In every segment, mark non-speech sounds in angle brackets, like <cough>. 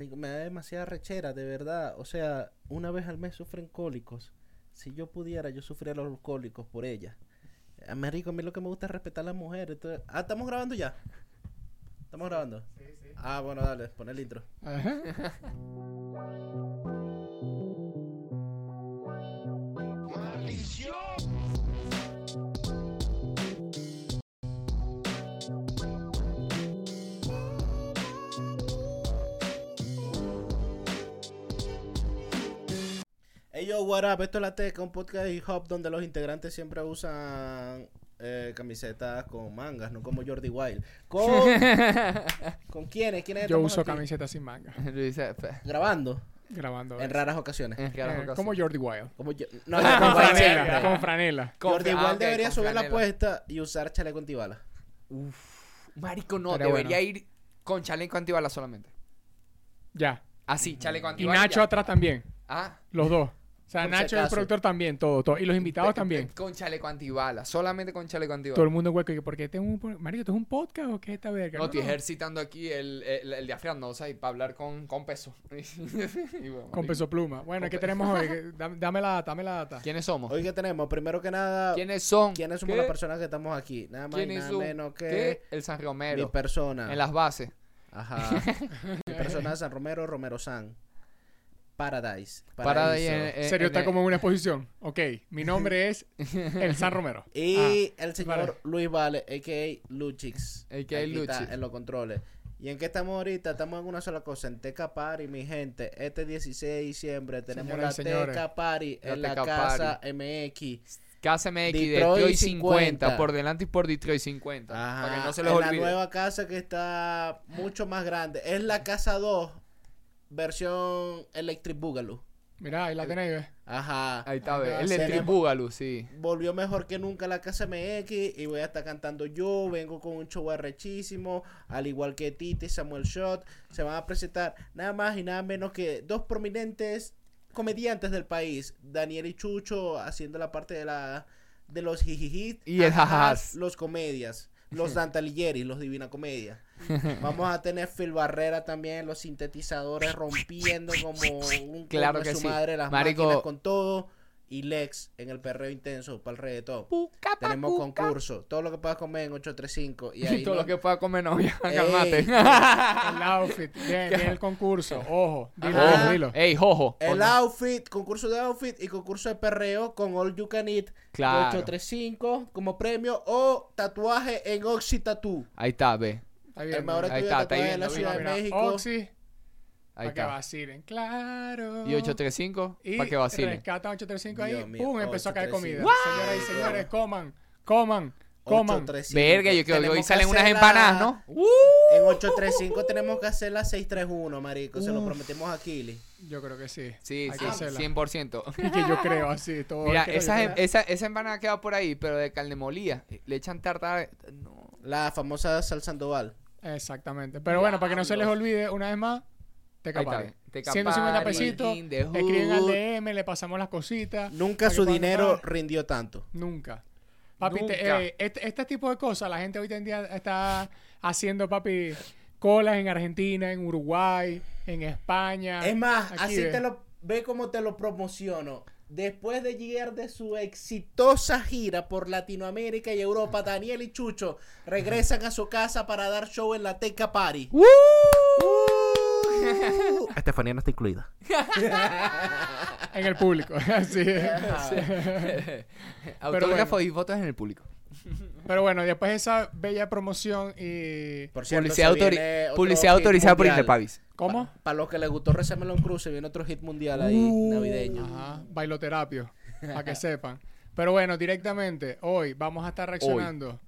Digo, me da demasiada rechera, de verdad. O sea, una vez al mes sufren cólicos. Si yo pudiera, yo sufriría los cólicos por ella. A mí, rico, a mí lo que me gusta es respetar a las mujeres. entonces- Ah, ¿estamos grabando ya? ¿Estamos grabando? Sí, sí. Ah, bueno, dale, pon el intro. Ajá. Hey yo, what up, esto es La Teca, un podcast de hip hop donde los integrantes siempre usan eh, camisetas con mangas, no como Jordi Wild. ¿Con, ¿con quiénes? ¿Quiénes Yo estamos uso aquí? camiseta sin manga, <laughs> Luis, eh, pe- Grabando, grabando. en eso. raras ocasiones. en Eh, cada como ocasión. Jordi <laughs> Wild. Como yo- no, Ah, Con Jordi Wild, franela, franela, ya. con franela. Con Jordi fra- ah, Wild ok, debería con subir la franela. apuesta y usar chaleco antibala. Marico, no, Estaría debería bueno. ir con chaleco antibalas solamente. Ya. Así, chaleco Mm. Y antibalas. Nacho ya. atrás también, Ah, los dos. O sea, Por si Nacho el acaso. productor también, todo, todo. Y los invitados pe- también. pe- <laughs> Con chaleco antibalas, solamente con chaleco Todo antibalas. el mundo hueco. y que, ¿Por qué tengo un... po- Marico, ¿esto es un podcast o qué es esta verga? No, estoy ejercitando aquí el, el, el diafragma, o sea, y para hablar con, con peso. <laughs> Y bueno, Con peso pluma. Bueno, Con ¿qué pe- tenemos hoy? <laughs> Que- Dame dame la data, dame la data. ¿Quiénes somos? Hoy que tenemos, primero que nada, ¿Quiénes son? ¿quiénes somos ¿Qué? las personas que estamos aquí? Nada más y ¿Quiénes nada son? menos que ¿Qué? El San mi Romero. persona. En las bases. <laughs> Ajá. mi persona San Romero, Romero San. Paradise. Parada ahí Paraíso. en, en- Serio, en- eh, está como en una exposición. Ok, mi nombre es El <laughs> San Romero. Y Ah. el señor vale. Luis Vale, a.k.a. Luchix. A.k.a. Aquí está, Luchix. En los controles. ¿Y en qué estamos ahorita? Estamos en una sola cosa, en Teca Party, mi gente. Este 16 de diciembre tenemos Señoras y la señores, Teca Party la en la Teca casa MX. KCMX, Detroit Detroit, 50. 50. Por delante y por Detroit 50. Para que Ajá, no se los en olvide. la nueva casa que está mucho más grande. Es la casa 2, versión Electric Boogaloo. Ah, Mirá, ahí la ¿eh? tenéis. <laughs> ¿ves? Ajá. Ahí está, Ah, ve. no, El de tenemos- Tribúgalo, sí. Volvió mejor que nunca la casa MX y voy a estar cantando yo. Vengo con un show arrechísimo, al igual que Titi, Samuel Shot. Se van a presentar nada más y nada menos que dos prominentes comediantes del país, Daniel y Chucho haciendo la parte de la de los jijijit Y el jajás. los comedias, <laughs> los Dantalilleris, los Divina Comedia. Vamos a tener Phil Barrera también, los sintetizadores rompiendo como un Claro coño que su sí. madre las Marico. máquinas con todo y Lex en el perreo intenso para el reggaetón. Tenemos <laughs> concurso, todo lo que puedas comer en 835 y ahí Todo no- lo que pueda comer novia, Ey. <laughs> calmate. <laughs> El outfit, bien, bien el concurso. Ojo, dilo, Ajá. Eh, dilo. Ey, jojo. el Ponle- outfit, concurso de outfit y concurso de perreo con All You Can Eat de Claro. 835 como premio o tatuaje en Oxy Tattoo. Ahí está, ve. Está bien, El mejor mira. Ahí estudio está, de está tatuaje de bien, la lo vi, Ciudad de Mira, México. Oxy, Ahí para que está. vacilen, claro. Y 835, Y para que vacilen. rescatan 835 Dios ahí, mío, pum, empezó a caer 835. comida. Señoras ¡Guau! y señores, coman, coman, coman. 835. Verga, yo creo que Tenemos hoy salen unas hacer la- empanadas, ¿no? En 835 tenemos que hacer la 631, marico. Se lo prometimos a Kili. Yo creo que sí. Sí, Hay sí, que hacerla. <laughs> 100%. Y que yo creo así, todo. <laughs> Mira, creo, yo esa, creo. esa, esa empanada que va por ahí, pero de carne molida. Le echan tartar. <laughs> No. La famosa Sal Sandoval. Exactamente. Pero bueno, para que no se les Diablos. olvide, una vez más, te Ahí está, capari. ve. Teca 150 Party, pesitos, in the hood. escriben al DM, le pasamos las cositas. Nunca para que su puedan dinero anotar. rindió tanto. Nunca. Papi, te- Nunca. eh, este, este tipo de cosas, la gente hoy en día está haciendo, papi, colas en Argentina, en Uruguay, en España. Es más, Ah, Aquí eh, así ve. te lo ve como te lo promociono. Después de llegar de su exitosa gira por Latinoamérica y Europa, Daniel y Chucho regresan a su casa para dar show en la Teca Party. <laughs> Estefanía no está incluida. En el público. <laughs> Así es. <laughs> Autógrafos y fotos en el público. Pero bueno, después de esa bella promoción y... Por cierto, Publicidad, se autori- viene otro publicidad hit autorizada por mundial. Interpavis. ¿Cómo? Para los que les gustó Resémelo Cruz, se viene otro hit mundial ahí, navideño. Uh, Ajá, bailoterapia, para que sepan. Pero bueno, directamente, hoy vamos a estar reaccionando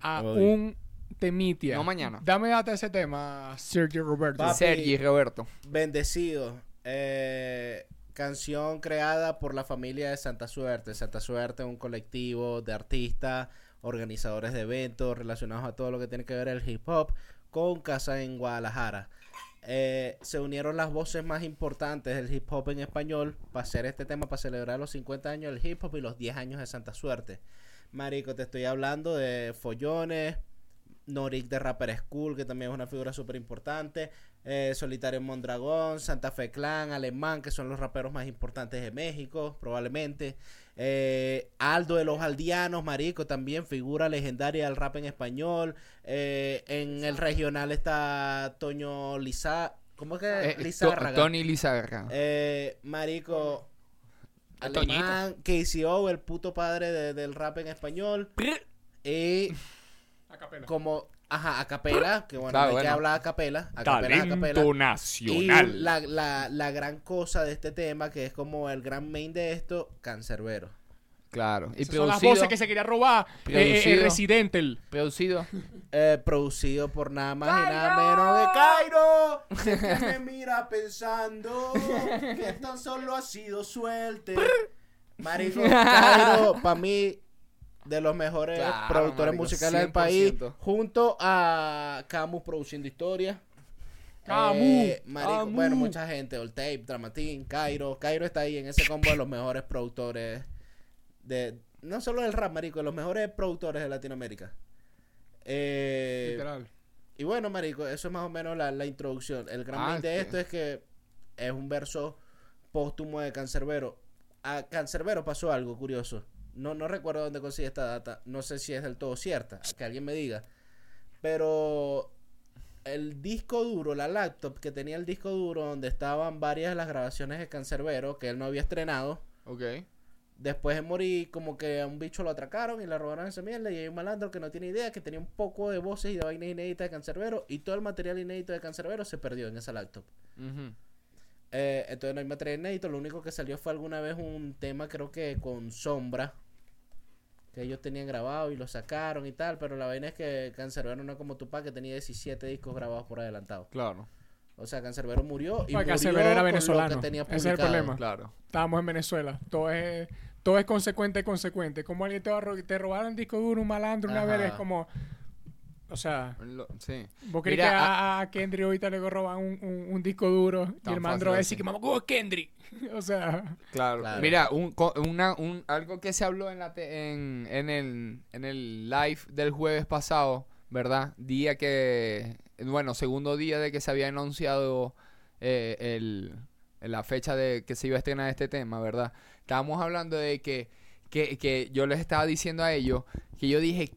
a Hoy. un temitia. No mañana. Dame data de ese tema, Sergio Roberto. Papi. Sergi Roberto. Bendecido. eh, canción creada por la familia de Santa Suerte. Santa Suerte es un colectivo de artistas, organizadores de eventos relacionados a todo lo que tiene que ver el hip hop con casa en Guadalajara. Eh, se unieron las voces más importantes del hip hop en español para hacer este tema, para celebrar los 50 años del hip hop y los 10 años de Santa Suerte. Marico, te estoy hablando de follones, Norik de Rapper School, que también es una figura súper importante. eh, Solitario Mondragón, Santa Fe Clan, Alemán, que son los raperos más importantes de México, probablemente. Eh, Aldo de los Aldianos, Marico, también figura legendaria del rap en español. Eh, en el regional está Toño Liza... ¿Cómo es que? Eh, Lizárraga. To- Tony Lizárraga. Eh, marico. Alemán, KCO, el puto padre de- del rap en español. Y A capela. como, ajá, a capela, que bueno, Claro, hay que bueno. hablar a capela. A capela, a capela. Talento Y nacional. la, la, la gran cosa de este tema, que es como el gran main de esto, Cancerbero. Claro. Y Esas son las producido, voces que se quería robar eh, eh, Producido. Resident Evil. <laughs> producido. Eh, producido por nada más y nada menos de Cairo. que me mira pensando que tan solo ha sido suerte. Marico, Cairo, para mí, de los mejores Claro, productores marico, musicales del país, 100%. junto a Camus produciendo historias. Camus, marico, Camus. bueno, mucha gente, Old Tape, Dramatín, Cairo. Cairo está ahí en ese combo de los mejores productores de no solo del rap, marico, de los mejores productores de Latinoamérica. Eh, Literal. y bueno, marico, eso es más o menos la, la introducción. El gran Ah, main de ok. esto es que es un verso póstumo de Cancerbero. A Cancerbero pasó algo curioso. No, no recuerdo dónde conseguí esta data. No sé si es del todo cierta. Que alguien me diga. Pero el disco duro, la laptop que tenía el disco duro donde estaban varias de las grabaciones de Cancerbero que él no había estrenado. Ok. Después de morir, como que a un bicho lo atracaron y le robaron esa mierda. Y hay un malandro que no tiene idea, que tenía un poco de voces y de vainas inéditas de Cancerbero. Y todo el material inédito de Cancerbero se perdió en esa laptop. Ujú. Eh, entonces no hay material inédito. Lo único que salió fue alguna vez un tema, creo que con sombra. Que ellos tenían grabado y lo sacaron y tal. Pero la vaina es que Cancerbero no es como Tupac, que tenía 17 discos grabados por adelantado. Claro. O sea, Cancerbero murió y Porque murió Canserbero Ah, era con lo venezolano. que tenía Ese es el publicado. problema. Claro. Estábamos en Venezuela. Todo es, todo es consecuente, consecuente. Como alguien te, va a ro- te robaron un disco duro, un malandro una Ajá. vez, es como. O sea, Lo- sí. vos crees Mira, que a, a Kendry ahorita le roban un, un- un disco duro y Tan el fácil mandro va así. a decir que mamá, ¿cómo es Kendry? <laughs> o sea, Claro. Claro. Mira, un, co- una, un, algo que se habló en, la te- en, en, el, en el live del jueves pasado, ¿verdad? Día que, bueno, segundo día de que se había anunciado eh, el, la fecha de que se iba a estrenar este tema, ¿verdad? Estábamos hablando de que, que, que yo les estaba diciendo a ellos que yo dije,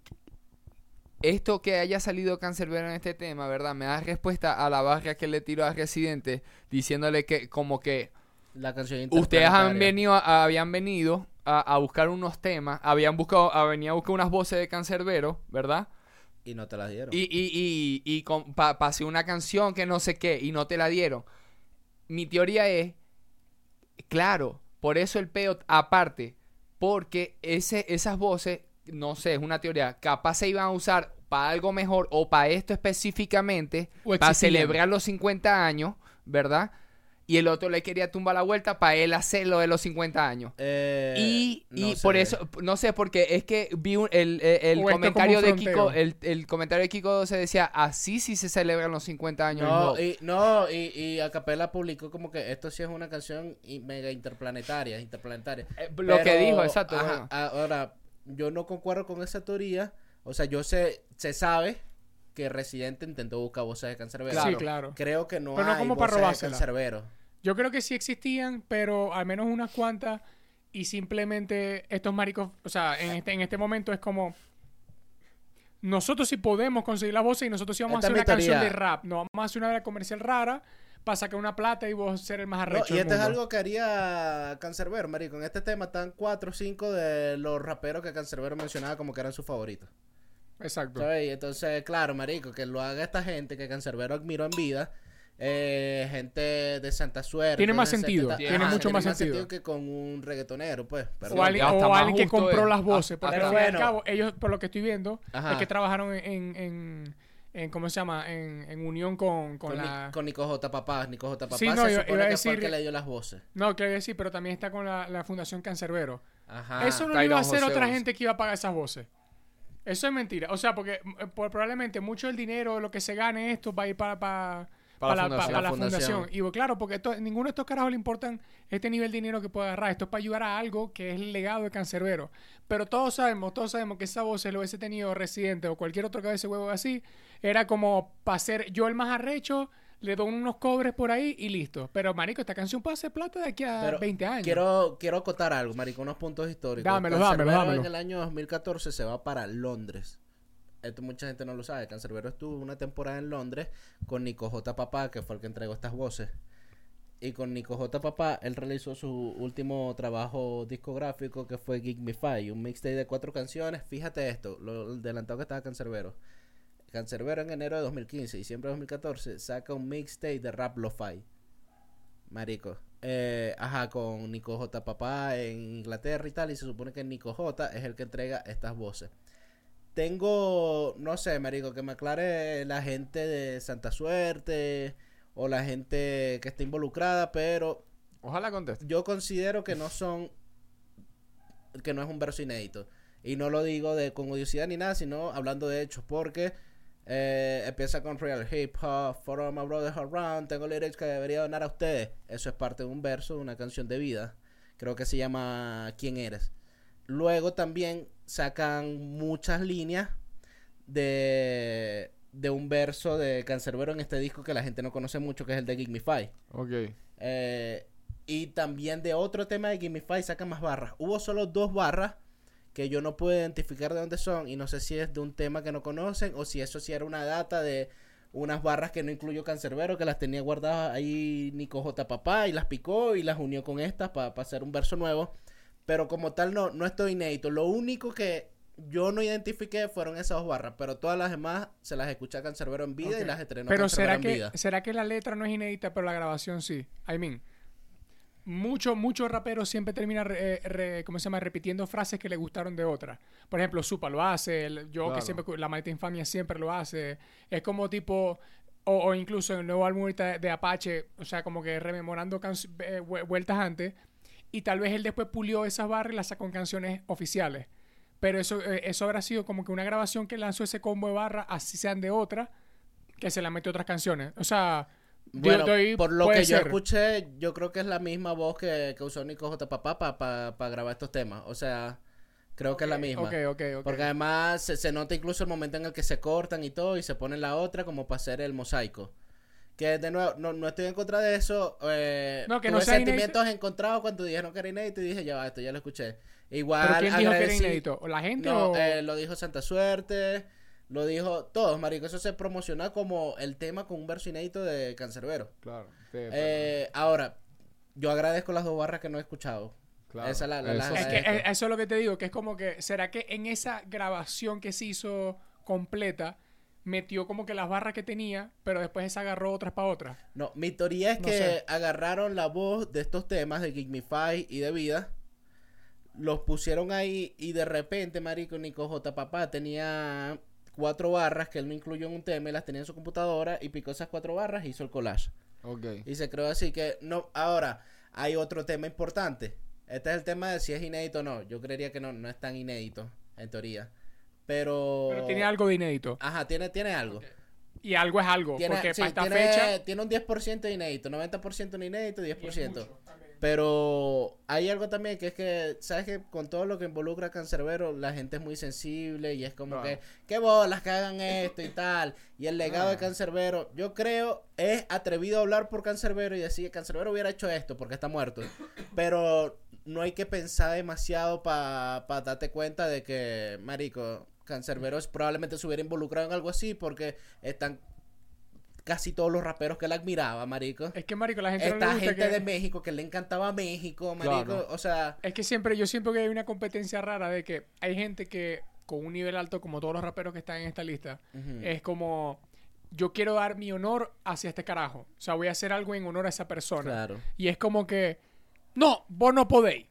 esto que haya salido cancerbero en este tema, ¿verdad? Me da respuesta a la barra que le tiró a Residente diciéndole que como que... La canción Ustedes han interplanetaria. venido, a- habían venido a, a buscar unos temas, habían buscado, a venía a buscar unas voces de Cancerbero, ¿verdad? Y no te las dieron. Y, y, y, y con- pa- pasé una canción que no sé qué y no te la dieron. Mi teoría es, claro, por eso el peo aparte, porque ese, esas voces, no sé, es una teoría, capaz se iban a usar para algo mejor o para esto específicamente, O para existían. celebrar los 50 años, ¿verdad? Y el otro le quería tumbar la vuelta para él hacer lo de los 50 años. Eh, Y, no y sé. por eso, no sé, porque es que vi un- el, el- el O esto como comentario un de Kiko, fronteo. el, el comentario de Kiko se decía, así sí se celebran los 50 años. No, no". y, no, y, y Acapella publicó como que esto sí es una canción y- mega interplanetaria, interplanetaria. Eh, lo que Pero, dijo, exacto. ajá, bueno. Ahora, yo no concuerdo con esa teoría. O sea, yo sé, se sabe que Residente intentó buscar voces de Cancerbero. sí, Claro. claro. Creo que no Pero no hay como para voces de robársela. Cancerbero. Yo creo que sí existían, pero al menos unas cuantas. Y simplemente estos maricos, o sea, en este, en este momento es como. Nosotros sí podemos conseguir las voces y nosotros sí vamos Esta a hacer es mi una canción teoría. de rap. No vamos a hacer una comercial rara para sacar una plata y vos ser el más No, arrecho. y del esto es mundo. algo que haría Cancerbero, marico. En este tema están cuatro o cinco de los raperos que Cancerbero mencionaba como que eran sus favoritos. Exacto. ¿Sabes? Y Entonces, claro, marico, que lo haga esta gente que Cancerbero admiró en vida. eh, gente de Santa Suerte. Tiene más gente sentido, que tal. tiene mucho más sentido. que con un reggaetonero, pues. perdón. O alguien, Hasta o más alguien que justo compró es. las voces. Ah, Porque pero al fin y al bueno. cabo, ellos, por lo que estoy viendo, Ajá. es que trabajaron en, en, en- ¿cómo se llama? En, en unión con, con Con, Ni- la... con Nico J. Papás. Nico J. Papás Sí, no, yo- se iba supone a que fue el decir- que le dio las voces. No, claro que sí, pero también está con la, la Fundación Cancerbero. Ajá. eso no lo Tyron iba a hacer José otra Bonzo. gente que iba a pagar esas voces. Eso es mentira. O sea, porque eh, por- probablemente mucho del dinero, lo que se gane esto, va a ir para, para, Para la para la, fundación. para la La fundación. fundación. Y bueno, claro, porque esto- ninguno de estos carajos le importan este nivel de dinero que puede agarrar. Esto es para ayudar a algo que es el legado de Cancerbero. Pero todos sabemos, todos sabemos que esa voz se lo hubiese tenido Residente o cualquier otro cabeza de huevo así. Era como para ser yo el más arrecho, le doy unos cobres por ahí y listo. Pero, marico, esta canción puede hacer plata de aquí a Pero 20 años. Quiero, quiero acotar algo, marico, unos puntos históricos. Dámelo, Canserbero dámelo, dámelo. En el año 2014 se va para Londres. Esto mucha gente no lo sabe. Cancerbero estuvo una temporada en Londres con Nico J. Papá, que fue el que entregó estas voces. Y con Nico J. Papá, él realizó su último trabajo discográfico que fue Gig Me Five, un mixtape de cuatro canciones. Fíjate esto, lo adelantado que estaba Cancerbero. Cancerbero en enero de 2015 y diciembre de 2014 saca un mixtape de Rap Lo-Fi. Marico. Eh, ajá, con Nico J. Papá en Inglaterra y tal. Y se supone que Nico J. es el que entrega estas voces. Tengo, no sé, Marico, que me aclare la gente de Santa Suerte o la gente que está involucrada, pero Ojalá conteste. yo considero que no son. que no es un verso inédito. Y no lo digo de con odiosidad ni nada, sino hablando de hechos, porque eh, empieza con Real Hip Hop, Follow My Brothers Around, tengo lyrics que debería donar a ustedes. Eso es parte de un verso, de una canción de vida. Creo que se llama ¿Quién eres? Luego también sacan muchas líneas de, de un verso de Cancerbero en este disco que la gente no conoce mucho, que es el de Gignify. Ok. Eh, y también de otro tema de Gamify saca más barras. Hubo solo dos barras que yo no puedo identificar de dónde son y no sé si es de un tema que no conocen o si eso sí era una data de unas barras que no incluyó Cancerbero que las tenía guardadas ahí Nico J. Papá y las picó y las unió con estas para hacer un verso nuevo. Pero como tal no, no estoy inédito. Lo único que yo no identifiqué fueron esas dos barras, pero todas las demás se las escucha Cancerbero en vida y Ok. las estrenó pero Cancerbero será en que, vida. será que la letra no es inédita, pero la grabación sí. I mean, muchos muchos raperos siempre terminan re- eh, re- ¿cómo se llama? repitiendo frases que le gustaron de otras. Por ejemplo, Supa lo hace, el- yo Claro. que siempre, cu- la maldita infamia siempre lo hace. Es como tipo, o, o incluso en el nuevo álbum ahorita de, de Apache, o sea, como que rememorando canc- eh, vue- vueltas antes. Y tal vez él después pulió esas barras y las sacó en canciones oficiales. Pero eso, eh, eso habrá sido como que una grabación que lanzó ese combo de barras, así sean de otra, que se la metió otras canciones. O sea, yo Bueno, doy- por lo puede que yo ser. escuché, yo creo que es la misma voz que, que usó Nico J. Papá para grabar estos temas. O sea, creo que es la misma. Ok, ok, ok. Porque además se, se nota incluso el momento en el que se cortan y todo y se pone la otra como para hacer el mosaico. Que de nuevo, no, no estoy en contra de eso. Eh, No, que tuve no sea sentimientos encontrados cuando dijeron que era inédito y dije, ya va, esto ya lo escuché. Igual, ¿Pero quién dijo que era agradecí- inédito? ¿O la gente no, o...? eh, lo dijo Santa Suerte, lo dijo todos, marico. Eso se promocionó como el tema con un verso inédito de Cancerbero. Claro. te- Eh, ahora, yo agradezco las dos barras que no he escuchado. Claro, esa la- la- eso la- Es sí. que esto. eh, eso es lo que te digo, que es como que, ¿será que en esa grabación que se hizo completa, metió como que las barras que tenía, pero después esa agarró otras para otras? No, mi teoría es No que sé. agarraron la voz de estos temas de Gignify y de Vida, los pusieron ahí y de repente, marico, Nico J. Papá tenía cuatro barras que él no incluyó en un tema y las tenía en su computadora y picó esas cuatro barras y hizo el collage. Ok. Y se creó así que no. Ahora, hay otro tema importante. Este es el tema de si es inédito o no. Yo creería que no, no es tan inédito, en teoría. Pero. Pero tiene algo de inédito. Ajá, tiene, tiene algo. Y algo es algo, Tiene, porque sí, para esta tiene- fecha... tiene un 10% de inédito, 90% de inédito, 10%. Pero hay algo también que es que, ¿sabes que Con todo lo que involucra a Cancerbero, la gente es muy sensible y es como Claro. que, qué bolas que hagan esto y tal. Y el legado de Ah. Cancerbero, yo creo, es atrevido a hablar por Cancerbero y decir, Cancerbero hubiera hecho esto porque está muerto. Pero no hay que pensar demasiado para darte cuenta de que, marico, Cancerbero es- probablemente se hubiera involucrado en algo así porque están casi todos los raperos que él admiraba, marico. Es que, marico, la gente no le Esta gusta gente que- de México que le encantaba México, marico. Claro. O sea, Es que siempre, yo siento que hay una competencia rara de que hay gente que con un nivel alto, como todos los raperos que están en esta lista, ujú. es como, yo quiero dar mi honor hacia este carajo. O sea, voy a hacer algo en honor a esa persona. claro. Y es como que, no, vos no podéis.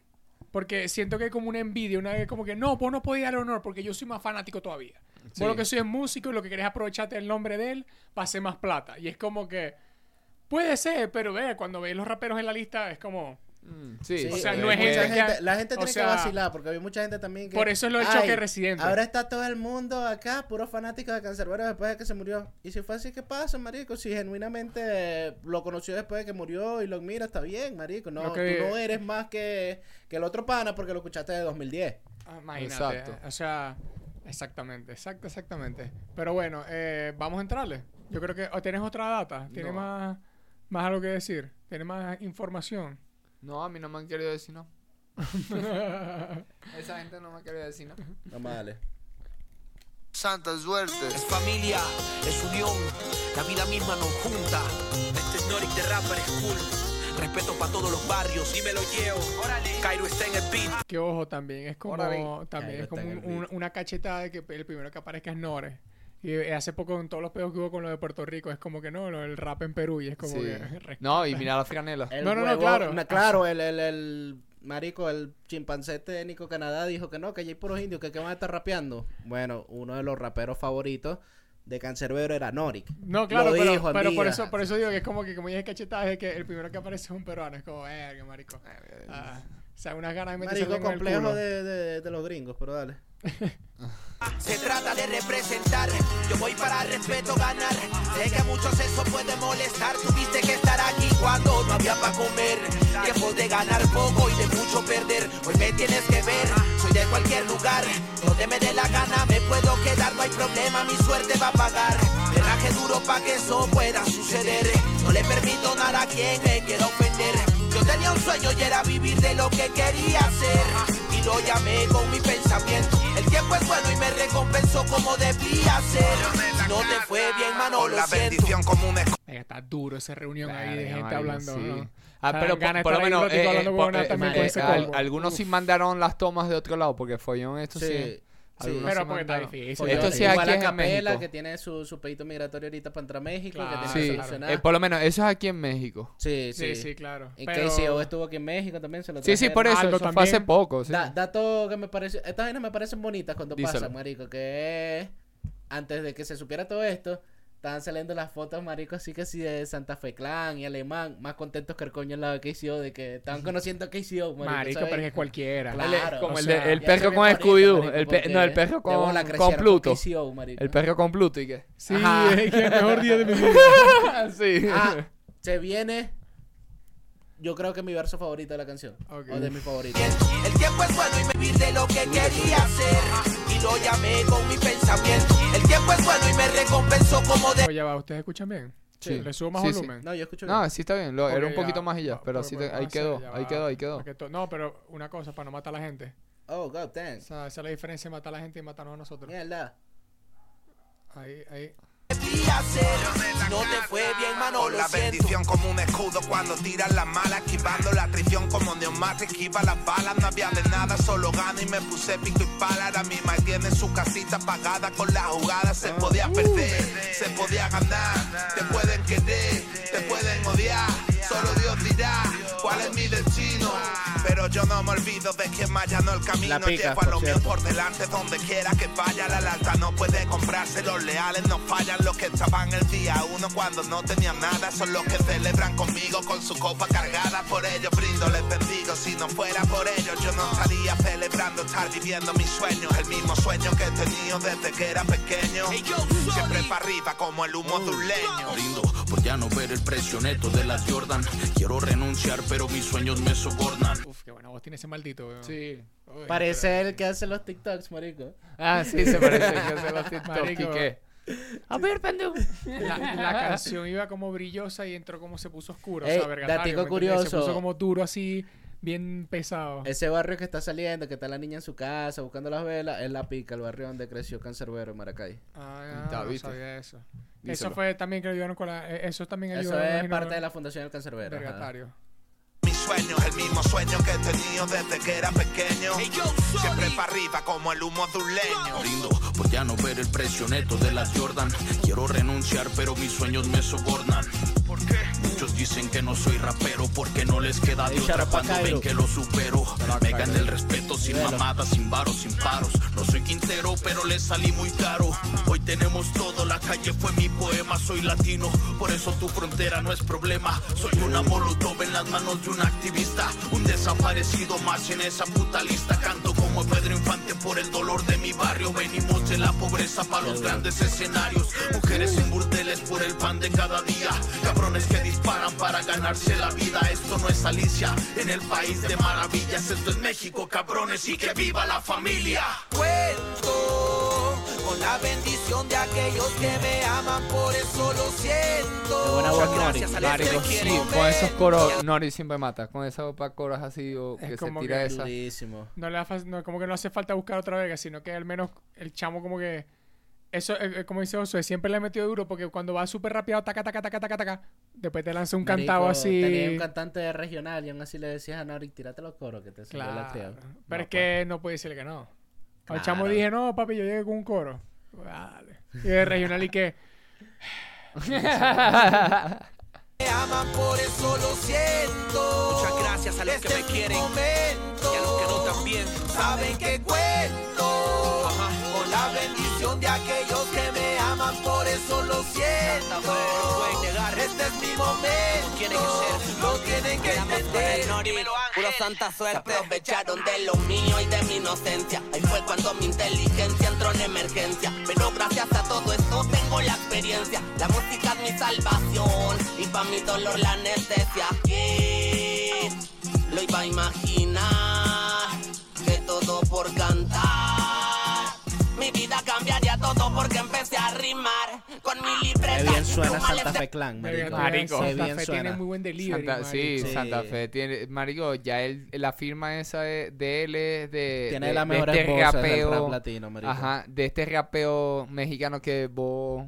Porque siento que hay como una envidia, una vez como que, no, vos no podéis dar honor porque yo soy más fanático todavía. Sí. Vos lo que soy es músico y lo que querés es aprovecharte el nombre de él para hacer más plata. Y es como que, puede ser, pero ve, cuando veis los raperos en la lista es como... Mm, Sí, Sí, o sea, hay se no es ve mucha gente que- La gente o tiene sea, que vacilar porque había mucha gente también que. por eso es lo del "Ay, choque residente". Ahora está todo el mundo acá, puros fanáticos de Cancerbero después de que se murió. Y si fue así, ¿qué pasa, marico? Si genuinamente eh, lo conoció después de que murió y lo mira, está bien, marico. No, Lo que- tú no eres más que, que el otro pana porque lo escuchaste de 2010. Ah, Imagínate. Exacto. O sea, exactamente, exacto, exactamente. Pero bueno, eh, vamos a entrarle. Yo creo que. ¿O tienes otra data? ¿Tienes No. más, más algo que decir? ¿Tienes más información? No, a mí no me han querido decir <laughs> no. Esa gente no me ha querido decir no. Vamos a darle. Santa suerte. Es familia, es unión, la vida misma nos junta. Este es Norik de Rapper School. Respeto para todos los barrios. Y me lo llevo. Órale. Cairo está en el beat. Que ojo, también es como, Órale. Ahí también lo es como está en un- el un- una cachetada de que el primero que aparezca es Nore. Y eh, hace poco con todos los peos que hubo con lo de Puerto Rico, es como que no, lo del rap en Perú y es como Sí. <laughs> que... No, y mira la franela. El No, no, no, huevo- claro. na- claro, el, el, el marico, el chimpancé técnico Canadá dijo que no, que allí hay puros indios, que, que van a estar rapeando. Bueno, uno de los raperos favoritos de Cancerbero era Norik. No, claro, Lo pero, dijo en pero por vida. eso por eso digo que es como que, como dije cachetada, es que el primero que aparece es un peruano. Es como, verga, marico. Ah, o sea, unas ganas de meterse Marico en el culo. complejo de, de- de los gringos, pero dale. Se trata de representar. Yo voy para el respeto ganar. Sé que a muchos eso puede molestar. Tuviste que estar aquí cuando no había para comer. Tiempo de ganar poco y de mucho perder. Hoy me tienes que ver. Soy de cualquier lugar. Donde me dé la gana me puedo quedar. No hay problema, mi suerte va a pagar. Traje duro para que eso pueda suceder. No le permito nada a quien me quiera ofender. Yo tenía un sueño y era vivir de lo que quería hacer. Y lo llamé con mi pensamiento. El tiempo es bueno y me recompensó como debía ser. Si no te fue bien, mano, lo siento. Verga, está duro esa reunión ahí de Verga, gente marico, hablando. sí. ¿no? Ah, Te pero dan ganas por, de por lo estar ahí menos un ratico eh, hablando eh, con una por- también eh, con ese eh, al- combo. algunos sí mandaron las tomas de otro lado porque follón esto sí. Sí, sí. algunos Pero sí porque está mandaron. difícil. Follón, Esto sí igual aquí a es en Capela, México. que tiene su, su pedito migratorio ahorita para entrar a México, Claro. que tiene Sí, que Claro. solucionar. eh, por lo menos eso es aquí en México. Sí, Sí, sí. sí, claro. Y Pero- KCO estuvo aquí en México también, se lo Sí, sí, trajeron. Ah, por eso, Algo eso fue también. hace poco, sí. Da- dato que me parece, estas vainas me parecen bonitas cuando Díselo. pasan, marico, que antes de que se supiera todo esto, estaban saliendo las fotos, marico, así que sí de Santa Fe Clan y Alemán, más contentos que el coño al lado de KCO, de que estaban conociendo a KCO, marico. Marico, ¿sabes? pero es que cualquiera. Claro. El- como o el, sea, de- el Y eso perro me con parece, Scooby-Doo. marico, el pe- porque no, el perro de bola con, crecieron con Pluto. KCO, marico. El perro con Pluto y qué. Sí, Ajá. es que el mejor día de <laughs> mi vida. <laughs> <laughs> sí. Ah, se viene, yo creo que mi verso favorito de la canción, Ok. o de mis favoritos. El tiempo es bueno y vivir de lo que quería hacer. Y lo llamé con mi pensamiento. El tiempo es bueno y me recompensó como debía Oye, va, ¿ustedes escuchan bien? Sí. ¿Le subo más Sí, sí. volumen? No, yo escucho bien. No, sí está bien. lo- era Ok, un poquito ya, más y ya. va, Pero pues, sí, pues, te- ahí no sé, quedó, ya ahí va. quedó, ahí quedó. Porque to- No, pero una cosa, para no matar a la gente. Oh, god damn. O sea, esa es la diferencia, matar a la gente y matarnos a nosotros. Mierda. Ahí, ahí. hacer. Si no te fue bien, mano, lo La siento. bendición como un escudo cuando tiran la mala, esquivando la traición como neumático, esquiva las balas. No había de nada, solo gano y me puse pico y pala. Ahora mi maíz tiene su casita pagada con la jugada. Se podía perder, se podía ganar. Te pueden querer, te pueden odiar. Solo Dios dirá cuál es mi destino. Pero yo no me olvido de que me allanó el camino. La pica, Llevo a lo por mío cierto. por delante donde quiera que vaya. La lata no puede comprarse, los leales no fallan. Los que estaban el día uno cuando no tenían nada son los que celebran conmigo con su copa cargada. Por ellos brindo, les bendigo. Si no fuera por ellos, yo no estaría celebrando estar viviendo mis sueños. El mismo sueño que he tenido desde que era pequeño. Siempre para arriba como el humo de un leño. brindo por ya no ver el precio neto de las Jordan. Quiero renunciar, pero mis sueños me sobornan. Uf, qué buena voz tiene ese maldito, weón. Sí. Uy, Parece el que hace los TikToks, marico. Ah, sí, se parece que hace los TikTok. Marico. ¿Y qué? A ver, pendejo. La, la canción iba como brillosa y entró como se puso oscuro. o Ey, sea, vergatario, datico ¿me entiendes? Se curioso. puso como duro así, bien pesado. Ese barrio que está saliendo, que está la niña en su casa buscando las velas, es la pica, el barrio donde creció Cancerbero en Maracay. Ah, Está, no ¿viste? sabía eso. Eso Díselo. fue también que ayudaron con la... eh, Eso también ayudó. Eso me es imagino, parte de la fundación del Cancerbero. ajá. Vergatario. Mis sueños, el mismo sueño que he tenido desde que era pequeño. Siempre para arriba como el humo de un leño. Brindo por ya no ver el precio neto de las Jordan. Quiero renunciar, pero mis sueños me sobornan. Muchos dicen que no soy rapero porque no les queda de Ey, shout otra out pa' cuando Cairo. ven que lo supero. Me gané el respeto sin Dímelo. mamadas, sin varos, sin paros. No soy Quintero, pero les salí muy caro. Hoy tenemos todo, la calle fue mi poema. Soy latino, por eso tu frontera no es problema. Soy una molotov en las manos de un activista. Un desaparecido más en esa puta lista. Canto como Pedro Infante por el dolor de mi barrio. Venimos de la pobreza para los grandes escenarios. Mujeres en burdeles por el pan de cada día. Cabrones que disparan para ganarse la vida. Esto no es Alicia en el país de maravillas. Esto es México, cabrones, y que viva la familia. Cuento con la la bendición de aquellos que me aman, por eso lo Qué siento. buena voz, Nori. al Marico, eterno sí, momento. con esos coros. Nori siempre mata. Con esas pa- coros así o Es que se como tira que esa. Durísimo. No le hace- no, como que no hace falta buscar otra verga, sino que al menos el chamo como que... Eso, eh, eh, como dice Oso, siempre le ha metido duro porque cuando va súper rápido, taca, taca, taca, taca, taca, después te lanza un cantado Marico, así... Tenía un cantante regional y aún así le decías a Nori, tírate los coros que te salió Claro. la pues. tía. Pero es que no puede decirle que no. Al Claro. chamo dije, no, papi, yo llegué con un coro. Vale. Y de regional y que... Me aman, por eso lo siento. Muchas gracias a los que Este me es mi quieren. momento. Y a los que no también. Saben que cuento con la bendición de aquellos que me aman, por eso lo siento. Santa fe, no pueden negar. Este es mi momento. Tienen que ser. Lo tienen que entender. Puro santa suerte. Se aprovecharon de lo mío y de mi inocencia. Ahí fue cuando mi inteligencia entró en emergencia. Pero gracias a todo esto tengo la experiencia. La música es mi salvación y pa' mi dolor la anestesia. ¿Quién lo iba a imaginar? Que todo por cantar. Mi vida cambiaría todo porque empecé a rimar con mi libreta. Qué bien y suena pluma de Santa Fe Clan, marico. Marico. Qué Santa bien Fe tiene suena. muy buen delivery. Santa, sí, marico. Santa Sí. Fe tiene. Marico, ya él, la firma esa de, de él es de. Tiene de- las de mejores este voces del rapeo, rap latino, marico. Ajá, de este rapeo mexicano que vos.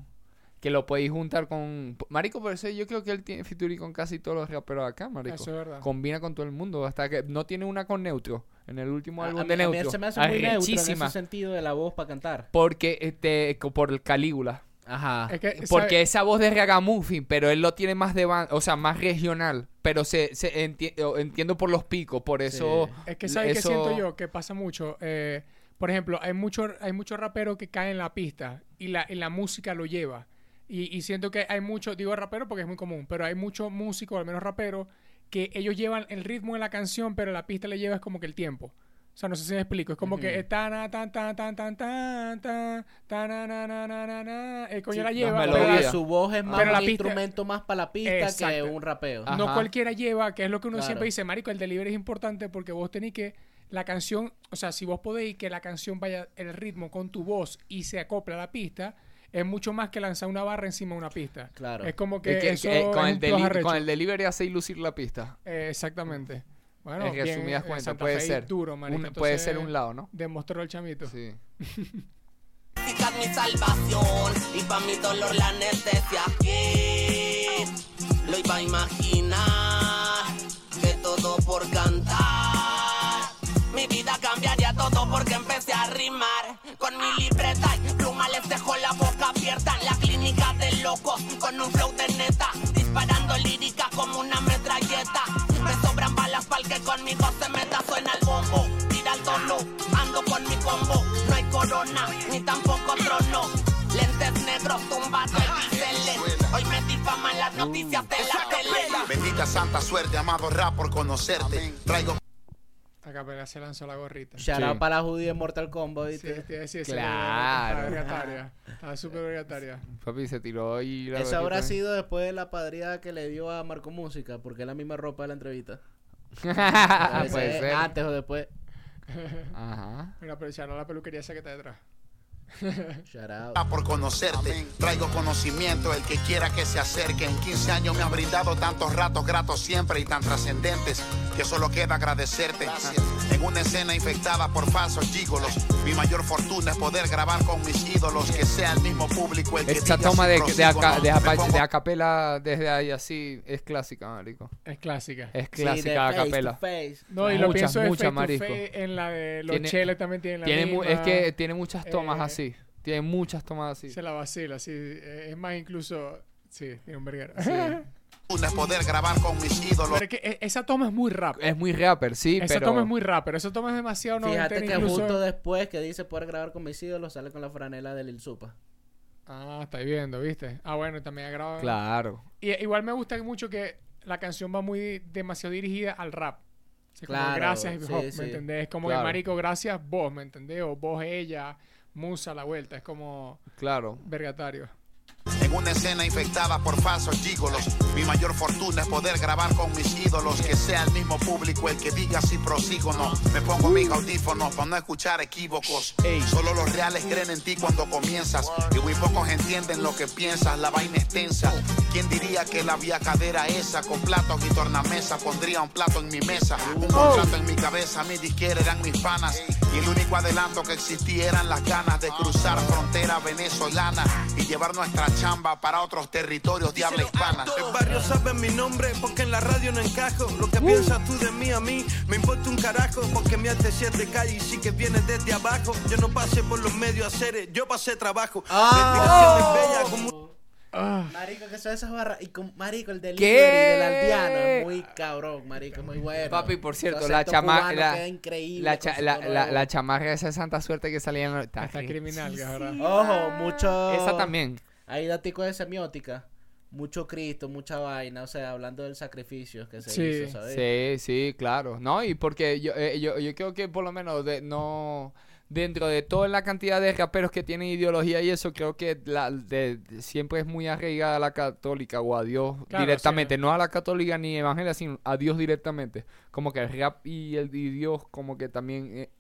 Que lo podéis juntar con. Marico, por eso yo creo que él tiene featuring con casi todos los raperos de acá, Marico. Eso es verdad. Combina con todo el mundo. Hasta que no tiene una con neutro. En el último A- a álbum mí- de a mí neutro. se me hace muy neutro en Arrechísima. ese sentido de la voz para cantar. Porque este, co- por Calígula. Ajá. Es que, Porque Eh, esa ¿sabe? voz de Ragamuffin, pero él lo tiene más de ban- o sea, más regional. Pero se, se enti- o- entiendo por los picos, por eso. Es que sabes que eso- siento yo que pasa mucho. Eh, por ejemplo, hay muchos hay mucho raperos que caen en la pista y la, y la música lo lleva. Y, y siento que hay muchos, digo rapero porque es muy común, pero hay muchos músicos, al menos raperos, que ellos llevan el ritmo de la canción, pero la pista le lleva es como que el tiempo. O sea, no sé si me explico. Es como que es tan, tan, tan, tan, tan, tan, tan, tan, na, na, na, na, na, na. El coño Sí, la las lleva. melodías. pero la- Porque su voz es más Pero un la pista- instrumento más para la pista que Exacto. un rapeo. Ah. No Ajá. cualquiera lleva, que es lo que uno Claro. siempre dice, marico, el delivery es importante porque vos tenés que la canción, o sea, si vos podéis que la canción vaya el ritmo con tu voz y se acopla a la pista, es mucho más que lanzar una barra encima de una pista. Claro. Es como que, Es que- eso que con, es el un plus deli- arrecho. con el delivery hace lucir la pista. Eh, exactamente. Bueno, en bien, resumidas eh, cuentas, Santa puede Fe ser. duro, marico, un- puede entonces, ser un lado, ¿no? Demostró el chamito. Sí. música es mi salvación y pa' mi dolor la anestesia. ¿Quién lo iba a imaginar? Que todo por cantar. Mi vida cambiaría todo porque empecé a rimar. Con mi libreta y pluma les dejo la boca abierta en la clínica de locos. Con un flow de neta, disparando lírica como una metralleta. Me sobran balas pa'l que conmigo se meta, suena el bombo. Tira el tono, ando con mi combo. No hay corona, ni tampoco trono. Lentes negros tumbando el biselé. Hoy me difaman las noticias de la tele. Bendita santa suerte, amado rap, por conocerte. Traigo Acá apenas se lanzó la gorrita. Shout out para la judía en Mortal Kombat. Sí, te iba a decir, esa Claro. era vergataria. Estaba <laughs> súper vergataria. Papi se tiró y. la Eso habrá verdad <laughs> que- sido después de la padrida que le dio a Marco Música, porque es la misma ropa de la entrevista. Ah, Puede puede ser ser. Antes o después. Ajá. Mira, pero ya no la peluquería esa que está detrás. Shout out. Ah, por conocerte. Traigo conocimiento, el que quiera que se acerque. En 15 años me han brindado tantos ratos gratos siempre y tan trascendentes que solo queda agradecerte. En una escena infectada por falsos gigolos, mi mayor fortuna es poder grabar con mis ídolos, que sea el mismo público el que Esta diga toma si de, de, prosigo o aca- no. de, Me apa- pongo de acapela desde ahí así es clásica, marico. Es clásica. Es Sí, clásica de de face to acapela. face. No, y lo Muchas, pienso de muchas, face to marico. face, en la de los Tiene- cheles también tienen la Tiene mu- misma. es que tiene muchas tomas eh, así. Tiene muchas tomas así. se la vacila, sí. eh, Es más, incluso. Sí, tiene un verguero. fortuna es poder grabar con mis ídolos. <laughs> pero es que e- esa toma es muy rap. Es muy rapper, sí, esa pero. toma es muy rap, pero esa toma es demasiado noventera Fíjate que incluso. justo después que dice poder grabar con mis ídolos, sale con la franela de Lil Supa. Ah, estáis viendo, ¿viste? Ah, bueno, también ha grabado. Claro. Y, eh, igual me gusta mucho que la canción va muy demasiado dirigida al rap. O sea, como Claro, gracias hip sí, hop, sí. ¿me entendés? Es como Claro. que marico, gracias vos, ¿me entendés? O vos, ella, musa, la vuelta. Es como Claro. vergatario. En en una escena infectada por falsos gigolos. Mi mayor fortuna es poder grabar con mis ídolos, que sea el mismo público el que diga si prosigo o no. Me pongo mis audífonos para no escuchar equívocos. Solo los reales creen en ti cuando comienzas y muy pocos entienden lo que piensas, la vaina es tensa. ¿Quién diría que la viacadera esa con platos y tornamesa pondría un plato en mi mesa? Un contrato en mi cabeza, mi disquera eran mis panas y el único adelanto que existía eran las ganas de cruzar frontera venezolana y llevar nuestra chamba para otros territorios de habla hispana. El barrio sabe mi nombre porque en la radio no encajo. Lo que piensas tú de mí a mí me importa un carajo porque mi arte sí es de calle y sí que viene desde abajo. Yo no pasé por los medios a hacer, yo pasé trabajo. Ah. Mi educación es bella como Oh. un- Marico, que son esas barras. Y con Marico, el Ah. delivery ¿Qué? del aldeano. Muy cabrón, Marico, muy bueno. Papi, por cierto, Su la acento chamaca. cubano La, queda increíble la, con cha- su la, tono de la- voz. la chamarra esa de santa suerte que salía en los. Está Está aquí. criminal, cabrón. Ojo, mucho. Esa también. Hay daticos de semiótica. Mucho Cristo, mucha vaina. O sea, hablando del sacrificio que se Sí. hizo, ¿sabes? Sí, sí, claro. No, y porque yo, eh, yo, yo creo que por lo menos de, no. Dentro de toda la cantidad de raperos que tienen ideología y eso, creo que la, de- de- siempre es muy arraigada a la católica o a Dios Claro, directamente. sí. No a la católica ni evangelia, sino a Dios directamente. Como que el rap y, el, y Dios, como que también. eh,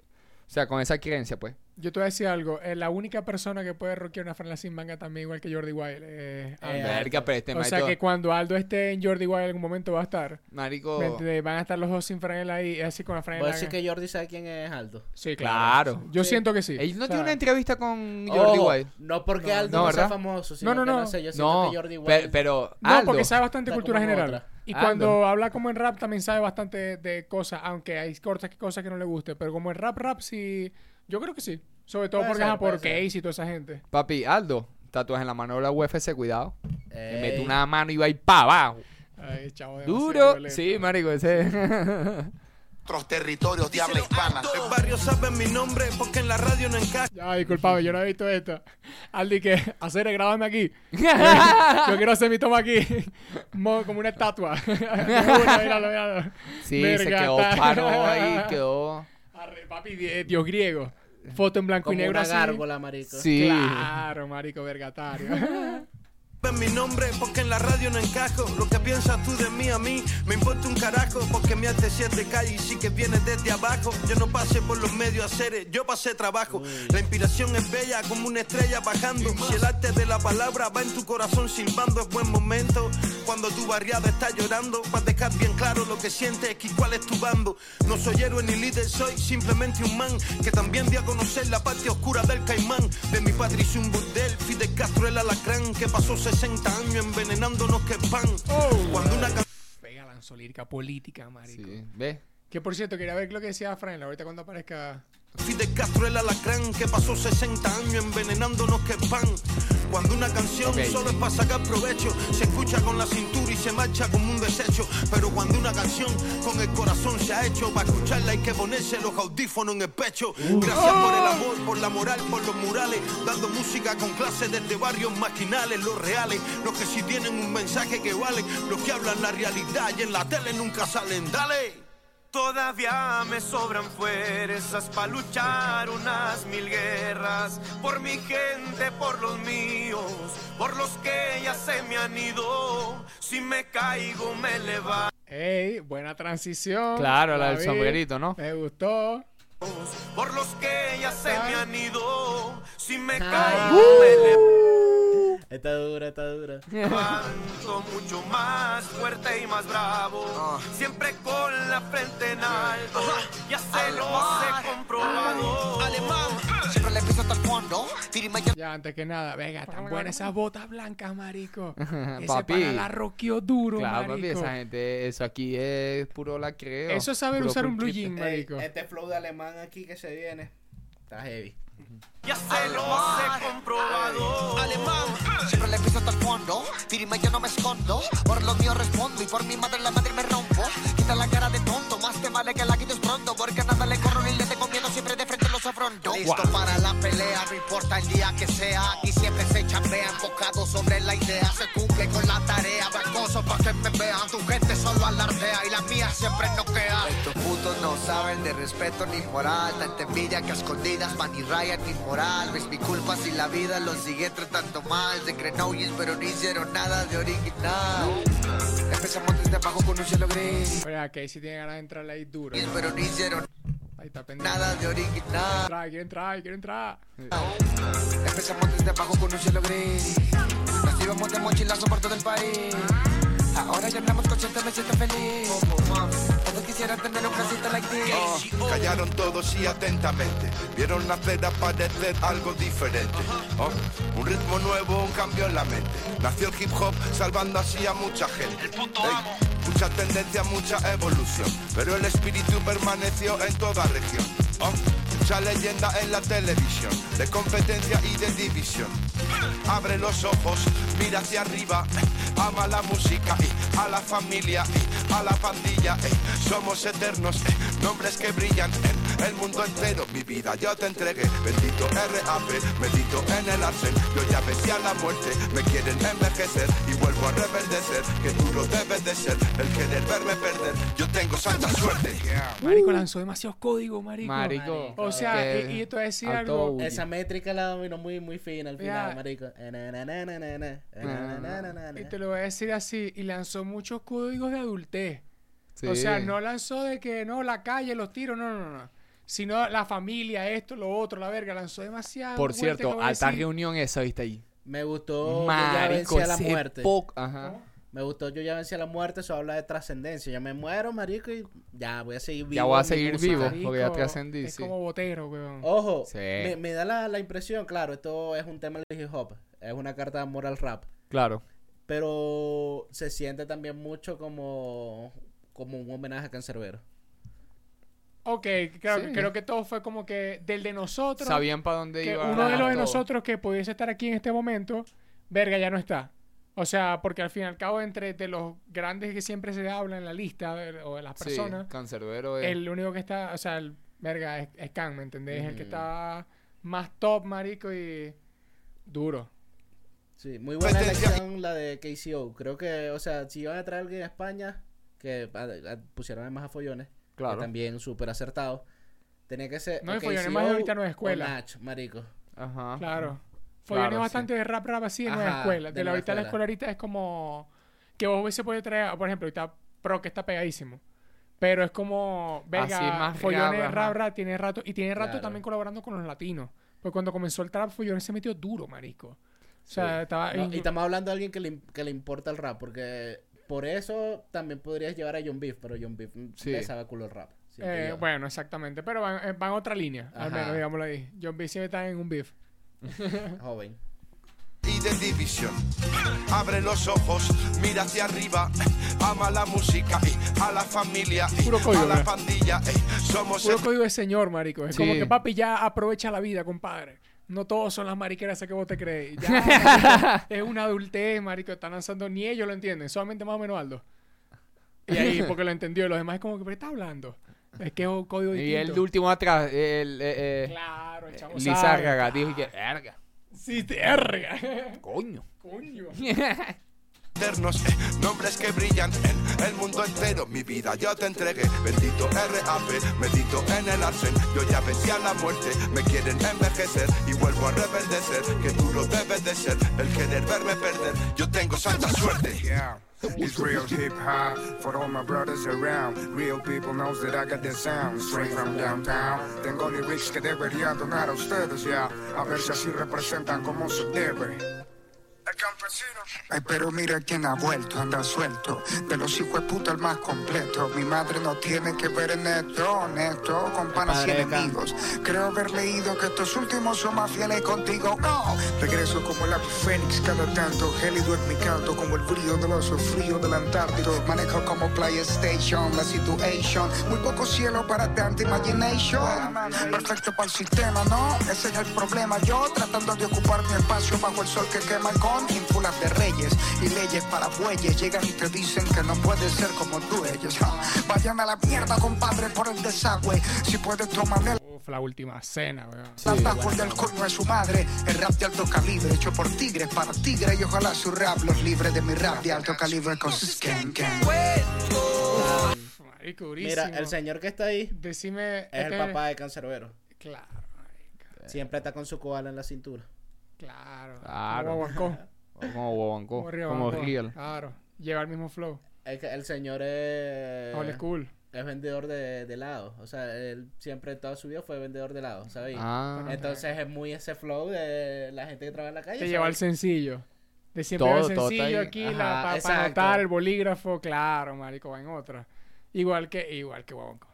o sea, con esa creencia, pues. Yo te voy a decir algo. eh, la única persona que puede rockear una franela sin manga también, igual que Jordi Wild, es Aldo. Verga, pero este Eh, o sea que cuando Aldo esté en Jordi Wild, en algún momento va a estar. Marico. ¿Me entiendes? Van a estar los dos sin franela ahí, así con la Voy a franela. decir que Jordi sabe quién es Aldo. Sí, Claro. Yo siento que sí. Él no O sea, tiene una entrevista con Jordi Ojo, Wild. No porque No, Aldo no, no, sea ¿verdad? famoso, sino no, que no, no. sé, yo siento No, que Jordi Wild... pero, pero No, porque sabe bastante Está cultura como general. otra. Y Aldo. cuando habla como en rap también sabe bastante de cosas, aunque hay cortas cosas que no le guste, pero como en rap rap sí, yo creo que sí. Sobre todo Puede porque ser, ajá, puede por ser. Case y toda esa gente. Papi, Aldo, tatuaje en la mano de la UFC, cuidado. Le Ey. mete una mano y va a ir para abajo. Ay, chavo, demasiado Duro. violento. Sí, marico, <laughs> ese. Otros territorios de habla hispana. El barrio sabe mi nombre porque en la radio no encajo. Ay, disculpame, yo no he visto esto. <laughs> Aldi, que <laughs> hacer, <laughs> grábame aquí. Yo quiero hacer mi toma aquí. <laughs> Mo- como una estatua. <laughs> Míralo, míralo, míralo. sí, se Verga, quedó está. paró <laughs> ahí, quedó. Arre, papi, die- dios griego. Foto en blanco Como y negro una así. gárgola, marico. Sí. Claro, marico vergatario. <laughs> Sabe mi nombre porque en la radio no encajo. Lo que piensas tú de mí a mí me importa un carajo porque mi arte sí es de calle y sí que viene desde abajo. Yo no pasé por los medios a hacer, yo pasé trabajo. La inspiración es bella como una estrella bajando. Si el arte de la palabra va en tu corazón silbando es buen momento. Cuando tu barriada está llorando, para dejar bien claro lo que sientes y cuál es tu bando. No soy héroe ni líder, soy simplemente un man que también di a conocer la parte oscura del caimán. De mi padre hice un burdel, Fidel Castro el alacrán que pasó 60 años envenenándonos que pan. Cuando una ca- Pega lanzolírica política, marico. Sí, ¿ves? Que por cierto, quería ver lo que decía Fran, ahorita cuando aparezca. Fidel Castro el alacrán que pasó 60 años envenenándonos que pan. Cuando una canción Ok. solo es para sacar provecho, se escucha con la cintura y se marcha como un desecho. Pero cuando una canción con el corazón se ha hecho, para escucharla hay que ponerse los audífonos en el pecho. Gracias por el amor, por la moral, por los murales, dando música con clases desde barrios maquinales, los reales, los que sí tienen un mensaje que vale, los que hablan la realidad y en la tele nunca salen. Dale. Todavía me sobran fuerzas para luchar unas mil guerras por mi gente, por los míos, por los que ya se me han ido. Si me caigo, me levanto. ¡Ey! Buena transición. Claro, la del vi, sombrerito, ¿no? Me gustó. Por los que ya se me han ido. Si me Ah. caigo, me Está dura, está dura. levanto mucho más fuerte y más bravo. Siempre con la frente en alto. Ya se lo he comprobado. Alemán, siempre le piso hasta el fondo. Firme y Ya, antes que nada, venga, tan buenas esas botas <laughs> blancas, marico. Ese Papi. pana la roqueó duro, Claro, papi, marico. esa gente, eso aquí es puro la creo. Eso es saber puro usar un blue cultrito. jean, marico. Ey, este flow de alemán aquí que se viene. Está heavy. Ya se lo he comprobado. Alemán, siempre le piso hasta el fondo. Firme yo no me escondo. Por los míos respondo y por mi madre la madre me rompo. Quita la cara de tonto, más te vale que la quites pronto. Porque a nada le corro ni le tengo miedo, siempre de frente los afronto. Listo para la pelea, no importa el día que sea. Aquí siempre se chambea, enfocado sobre la idea. Se cumple con la tarea, vergoso para que me vean. Tu gente solo a la bombardea y la mía siempre no queda. Estos putos no saben de respeto ni moral, tanta envidia que a escondidas man ni rayan ni moral. Es mi culpa si la vida los sigue tratando mal. Se creen oyes pero no hicieron nada de original. Empezamos desde abajo con un cielo gris, Espera, ah, que ahí sí tiene ganas de entrarle ahí duro. pero no hicieron Ahí está pendiente. nada de original. Quiero entrar, quiero entrar, quiero entrar. Uh. Empezamos desde abajo con un cielo gris. Nos íbamos de mochilazo por todo el país. Ahora ya andamos con gente, me siento feliz. Todos quisieran tener un casita like this. Oh, callaron todos y atentamente. Vieron nacer aparecer algo diferente. Oh, un ritmo nuevo, un cambio en la mente. Nació el hip hop salvando así a mucha gente. Ey, mucha tendencia, mucha evolución. Pero el espíritu permaneció en toda región. Oh, mucha leyenda en la televisión. De competencia y de división. Abre los ojos, mira hacia arriba. Ama la música, y a la familia, y a la pandilla. eh. Somos eternos, eh, nombres que brillan en el mundo entero. Mi vida yo te entregué, bendito RAP, medito en el arcén. Yo ya vencí a la muerte, me quieren envejecer y vuelvo a rebeldecer. Que duro debes de ser el querer verme perder. Yo tengo santa suerte. Marico lanzó demasiados códigos, marico. Marico. O sea, que- y, y esto es decir a todo algo. bullying. Esa métrica la dominó muy, muy fina al final, Ya. marico. Eh, na, na, na, na, na, na, eh, na, na, na, na, na. Y te lo voy a decir así. Y lanzó muchos códigos de adultez. O Sí. sea, no lanzó de que no, la calle, los tiros, no, no, no. no. Sino la familia, esto, lo otro, la verga. Lanzó demasiado. Por fuerte, cierto, como alta decir, reunión esa, ¿viste ahí? Me gustó Yo ya vencí Marico, a la ese muerte. poc- Ajá. Me gustó Yo ya vencí a la muerte, eso habla de trascendencia. Ya me muero, marico, y ya voy a seguir vivo. Ya voy a en mi seguir música. vivo, porque ya marico, te Oh, ascendí, Es sí. como botero, weón. Ojo, Sí. me, me da la, la impresión, claro, esto es un tema del hip hop, es una carta de amor al rap, Claro. pero se siente también mucho como, como un homenaje a Cancerbero. Ok, claro, Sí. creo que todo fue como que del de nosotros. Sabían para dónde que iba. uno de los de todo. nosotros que pudiese estar aquí en este momento, verga, ya no está. O sea, porque al fin y al cabo, entre de los grandes que siempre se habla en la lista de- o de las Sí, personas, cancerbero es. el único que está, o sea, el verga es, es Khan, ¿me entendés? Mm. Es el que está más top, marico, y duro. Sí, muy buena Pues, ya- elección la de KCO. Creo que, o sea, si iban a traer a alguien a España, que a- a- pusieron además a Follones, Claro. que también súper acertado, tenía que ser. No, y o Follones KCO más de ahorita no es escuela. o Nach, marico. Ajá. Claro. Fue es Claro, sí. bastante de rap rap así de nueva Ajá, escuela. de De la nueva ahorita la escuela. escolarita es como que vos hubiese podido traer, por ejemplo, ahorita Pro que está pegadísimo. Pero es como, verga, Así más Follones rap, rap, ajá. rap, tiene rato, y tiene rato Claro. también colaborando con los latinos. Porque cuando comenzó el trap, Follones se metió duro, marico. O sea, estaba... Eh, No, y estamos hablando de alguien que le, im- que le importa el rap, porque por eso también podrías llevar a John Beef, pero John Beef mm, Sí. le sabe a culo el rap. así que eh, yo- bueno, exactamente. Pero van, eh, van a otra línea, al Ajá. menos, digámoslo ahí. John B. siempre está en un beef. Joven. y de división. Abre los ojos, mira hacia arriba, ama la música, y a la familia, y Puro código, a la bro. pandilla. y Somos Puro código de señor, marico. Es como Sí. que papi ya aprovecha la vida, compadre. No todos son las mariqueras esas que vos te crees. <laughs> Ya, marico, es una adultez, marico. Están lanzando, ni ellos lo entienden, solamente más o menos Aldo. Y <laughs> ahí, porque lo entendió. Y los demás es como que, pero está hablando. Es que es un código Y distinto. el de último atrás, el. eh, eh, Claro, ah. el chamo sabe. Lizárraga, dijo que. Verga. Sí, te erga. <laughs> Coño. <laughs> Coño. eternos, eh, nombres que brillan en el mundo entero. Mi vida yo te entregué, bendito RAP, medito en el arcén. Yo ya vencí a la muerte, me quieren envejecer y vuelvo a rebeldecer. Que duro debe de ser el querer verme perder. Yo tengo santa suerte. Yeah, it's real hip hop for all my brothers around. Real people knows that I got the sound straight from downtown. Tengo lyrics que debería donar a ustedes ya, a ver si así representan como se debe. Ay, pero mira quién ha vuelto, anda suelto. De los hijos de puta el más completo. Mi madre no tiene que ver en esto, honesto, con panas y padre de Can. enemigos. Creo haber leído que estos últimos son más fieles contigo. No, regreso como el ave fénix cada tanto. Gélido es mi canto, como el brillo del oso frío del Antártico. Manejo como PlayStation, la situation. Muy poco cielo para tanta imagination. Perfecto para el sistema, ¿no? Ese es el problema. Yo tratando de ocupar mi espacio bajo el sol que quema con ínfulas de reyes y leyes para bueyes. Llegan y te dicen que no puedes ser como tú ellos. Vayan a la mierda, compadre, por el desagüe. Si puedes tomar el Uf, la última cena, weón. Atajo del coño de su madre, el rap de alto calibre, hecho por tigres para tigres y ojalá su rap los libre de mi rap de alto calibre con sus gang gang. Cuento Marico, durísimo. Mira, el señor que está ahí Decime. es el que- papá de Cancerbero. Claro, marico, Siempre está con su koala en la cintura. claro. Claro. Como Guaguancó, Oh, Como Bobanco. como Río Como Guaguancó, Real. Claro. Lleva el mismo flow. Es que el señor es, Old school. es vendedor de, de helados. O sea, él siempre toda su vida fue vendedor de helados, ¿sabes? Ah, Entonces es muy ese flow de la gente que trabaja en la calle. Te ¿sabes? lleva el sencillo. De siempre Todo, el todo está sencillo ahí. aquí, Ajá, la, para exacto. anotar el bolígrafo, claro, marico, va en otra. Igual que, igual que Guabanco.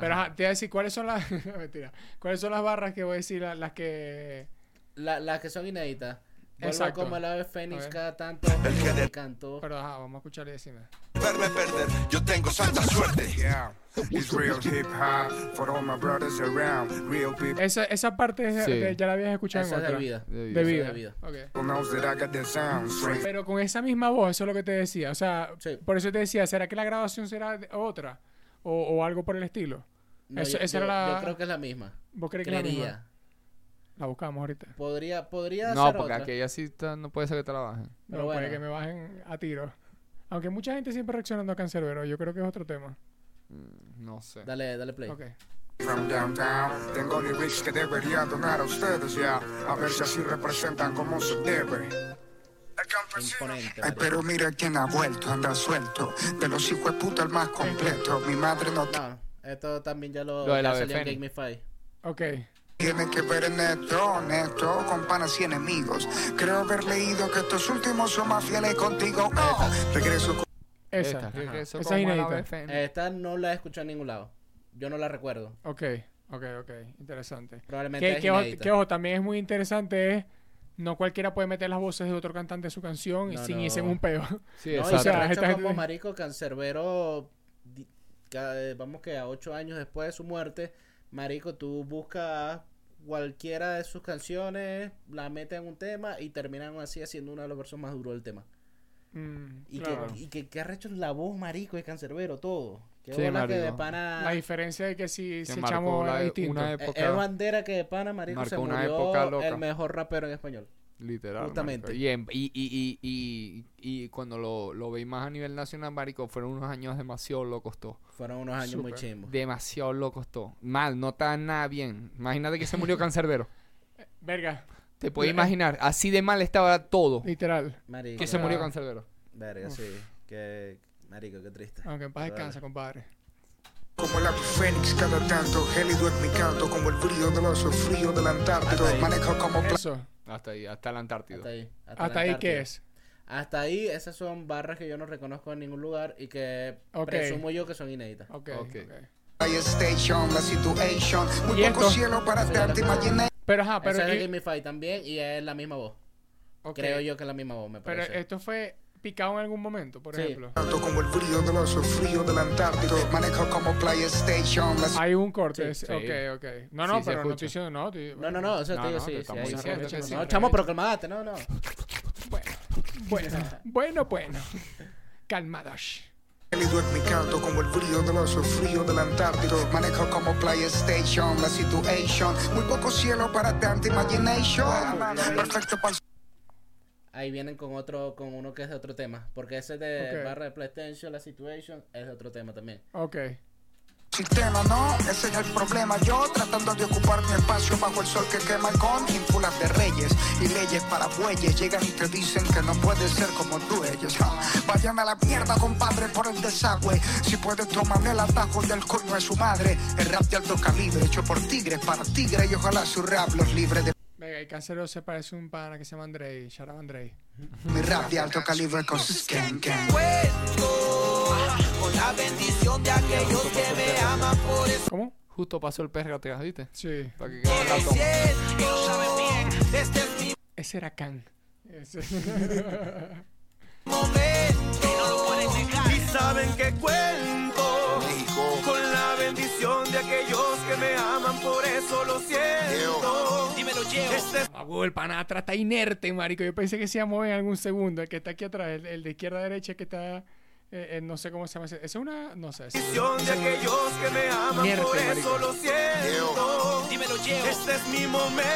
Pero ajá, te voy a decir cuáles son las. <laughs> no, mentira. ¿Cuáles son las barras que voy a decir la- las que. La- las que son inéditas. Vuelvo Exacto. como el ave A fénix ver. cada tanto. El que del canto. Pero ajá, vamos a escuchar y decirme. Verme perder, yo tengo santa suerte. Yeah, it's real hip hop for all my brothers around. Real people Esa, esa parte es de- Sí. de- ya la habías escuchado Esa en es otra. Eh, de vida. de De vida. vida. de vida. Ok. knows that I got that sound. Straight Pero con esa misma voz, eso es lo que te decía. O sea, Sí. por eso te decía, ¿será que la grabación será de- otra? O, o algo por el estilo. No, Eso- yo, esa yo- era la- yo creo que es la misma. ¿Vos crees que la misma? Creería. La buscamos ahorita. Podría, podría No, ser porque otra. aquella sí está- no puede ser que te la bajen. No, Pero puede bueno. que me bajen a tiro. Aunque mucha gente siempre reaccionando a Cancerbero, yo creo que es otro tema. No sé. Dale, dale play. Ok. from downtown. Tengo lyrics que debería donar a ustedes ya. A ver si así representan como se debe. Imponente. Ay, marico. pero mira quién ha vuelto, anda suelto. De los hijos de puta el más completo. Mi madre no No, esto también ya lo, Lo del ya ave salió en fénix. Get Me Five. Ok. tiene que ver en esto, en esto, con panas y enemigos. Creo haber leído que estos últimos son más fieles contigo. Oh, regreso con Esa. Esta, Ajá. regreso Esa como el es inédita. ave fénix. Esta no la he escuchado en ningún lado. Yo no la recuerdo. Ok. Ok, ok. Interesante. Probablemente Que, es que ojo, inédita. que ojo, también es muy interesante es... No cualquiera puede meter las voces de otro cantante en su canción y No, sin no. irse en un peo. Sí, No, y exacto. se sea, arrecho esta gente- como marico cancerbero, di- ca- eh, vamos que a ocho años después de su muerte, marico, tú buscas cualquiera de sus canciones, la metes en un tema y terminan así haciendo uno de los versos más duros del tema. Mm, Y claro. que, y que, que arrecho es la voz, marico, de cancerbero, todo. Qué Sí, bola que de marico. pana... La diferencia es que si, Que si marcó echamos la- distinto. una eh, época. Es bandera que de pana, marico, se Marcó una murió época loca. el mejor rapero en español. Literal. Justamente. marico. Y, en- y, y, y, y, y cuando lo, lo veis más a nivel nacional, marico, fueron unos años demasiado locos todos. Fueron unos años muy Súper. chimbos. Demasiado locos todos. Mal, no está nada bien. Imagínate que se <laughs> murió Cancerbero. Verga. Te puedes <laughs> Eh, imaginar. Así de mal estaba todo. Literal. Marico. Que se Ah. murió Cancerbero. Verga, sí. Que... Marico, qué triste. Aunque en paz Vale. descansa, compadre. como la Fénix cada tanto. Gélido es mi canto, como el brillo del oso frío del Antártico. Hasta ahí. Manejo como pla- Eso. Hasta ahí, hasta el Antártido. Hasta ahí. Hasta, la ahí, Antártida. ¿qué es? Hasta ahí, esas son barras que yo no reconozco en ningún lugar y que Ok. presumo yo que son inéditas. ok. Ok. ok. PlayStation, la situation. Muy ¿Y poco esto? cielo para este tanto imaginé. Pero ajá, pero. Esa es y- de Gimme Five también y es la misma voz. ok. Creo yo que es la misma voz, me Pero parece. esto fue picado en algún momento, por Sí. ejemplo. Tanto como el brillo del oso frío del Antártico. Manejo como PlayStation, la Hay un corte. Sí. es- Ok, ok. No, no, Sí, se pero no escucha. estoy diciendo, no. estoy- No, no, no, eso No, te digo no, sí. te sí, estamos hay- diciendo que sí. No, chamo, pero calmate, no, no. Bueno, bueno, bueno. Calmados. Gélido es mi canto como el brillo del oso frío del Antártico. Manejo como PlayStation, la situation. Muy poco cielo para tanto imagination. Perfecto para Ahí vienen con otro, con uno que es de otro tema. Porque ese de Ok. barra de PlayStation, la Situation, es de otro tema también. Ok. sistema, no. Ese es el problema. Yo tratando de ocupar mi espacio bajo el sol que quema con ínfulas de reyes y leyes para bueyes. Llegan y te dicen que no puedes ser como tú ellos. Ja. Vayan a la mierda, compadre, por el desagüe. Si puedes, tómame el atajo del coño de su madre. El rap de alto calibre, hecho por tigres, para tigres y ojalá su rap los libre de Venga, el cancero se parece a un pana que se llama Andrei. Sharab Andrei. Mi rap de alto calibre con sus gang gang. Cuento con la bendición de aquellos que me aman por eso ¿Cómo? Justo pasó el perro atrás, ¿viste? Sí. Para que que quede la lo toma. siento. Este es mi Ese era Khan. Ese- momento. Y saben que cuento con la bendición de aquellos que me aman, por eso lo siento. Dímelo, llevo. Este es Ah, huevo, el pana atrás está inerte, marico. Yo pensé que se iba a mover en algún segundo. El que está aquí atrás, el, el de izquierda a derecha, que está eh, eh, no sé cómo se llama. ese- Es una. No sé. es- Bendición de aquellos que me aman, Miércoles, por eso lo siento. Dímelo, Geo. Este es mi momento.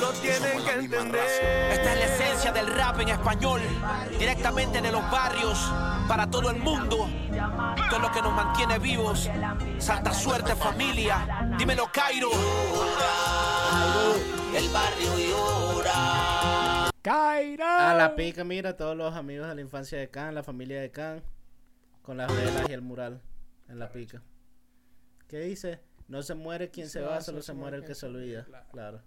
Lo tienen que entender. Esta es la esencia del rap en español, directamente de los barrios, para todo el mundo. Esto es lo que nos mantiene vivos. Santa suerte, familia. Dímelo, Cairo. El barrio llora. A ¡Caira! la pica, mira, todos los amigos de la infancia de Khan, la familia de Khan, con las velas y el mural en la pica. ¿Qué dice? No se muere quien se va, solo se muere el que se olvida. Claro.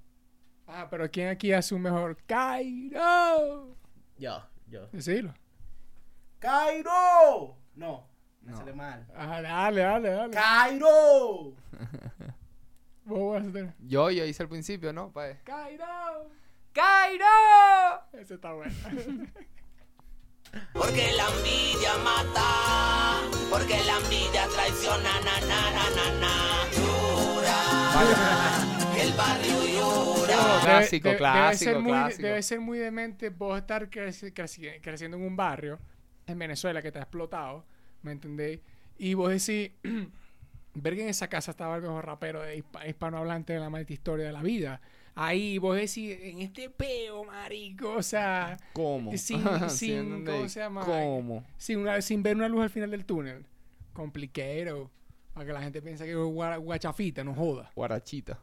Ah, pero ¿quién aquí hace un mejor? ¡Cairo! Yo, yo. Decilo. ¡Cairo! No, me sale mal. Ah, dale, dale, dale. ¡Cairo! Vos vas a tener- Yo, yo hice al principio, ¿no? eh. Pae. ¡Cairo! ¡Cairo! Ese está bueno. <laughs> Porque la envidia mata, porque la envidia traiciona, na, na, na, na, na. Llora, el barrio llora. Clásico, Debe- debe- clásico, debe ser muy, clásico. Debe ser muy demente vos estar creci- creci- creciendo en un barrio en Venezuela que te ha explotado, ¿me entendéis? Y vos decís, <clears throat> ver que en esa casa estaba el mejor rapero de hispa- hispanohablante de la maldita historia de la vida. Ahí vos decís, en este peo, marico, o sea, ¿Cómo? <laughs> Sin- sin- ¿entendéis? ¿cómo se llama? ¿Cómo? sin, una- sin ver una luz al final del túnel. Compliquero. Para que la gente piense que es gua- guachafita, no joda. Guarachita.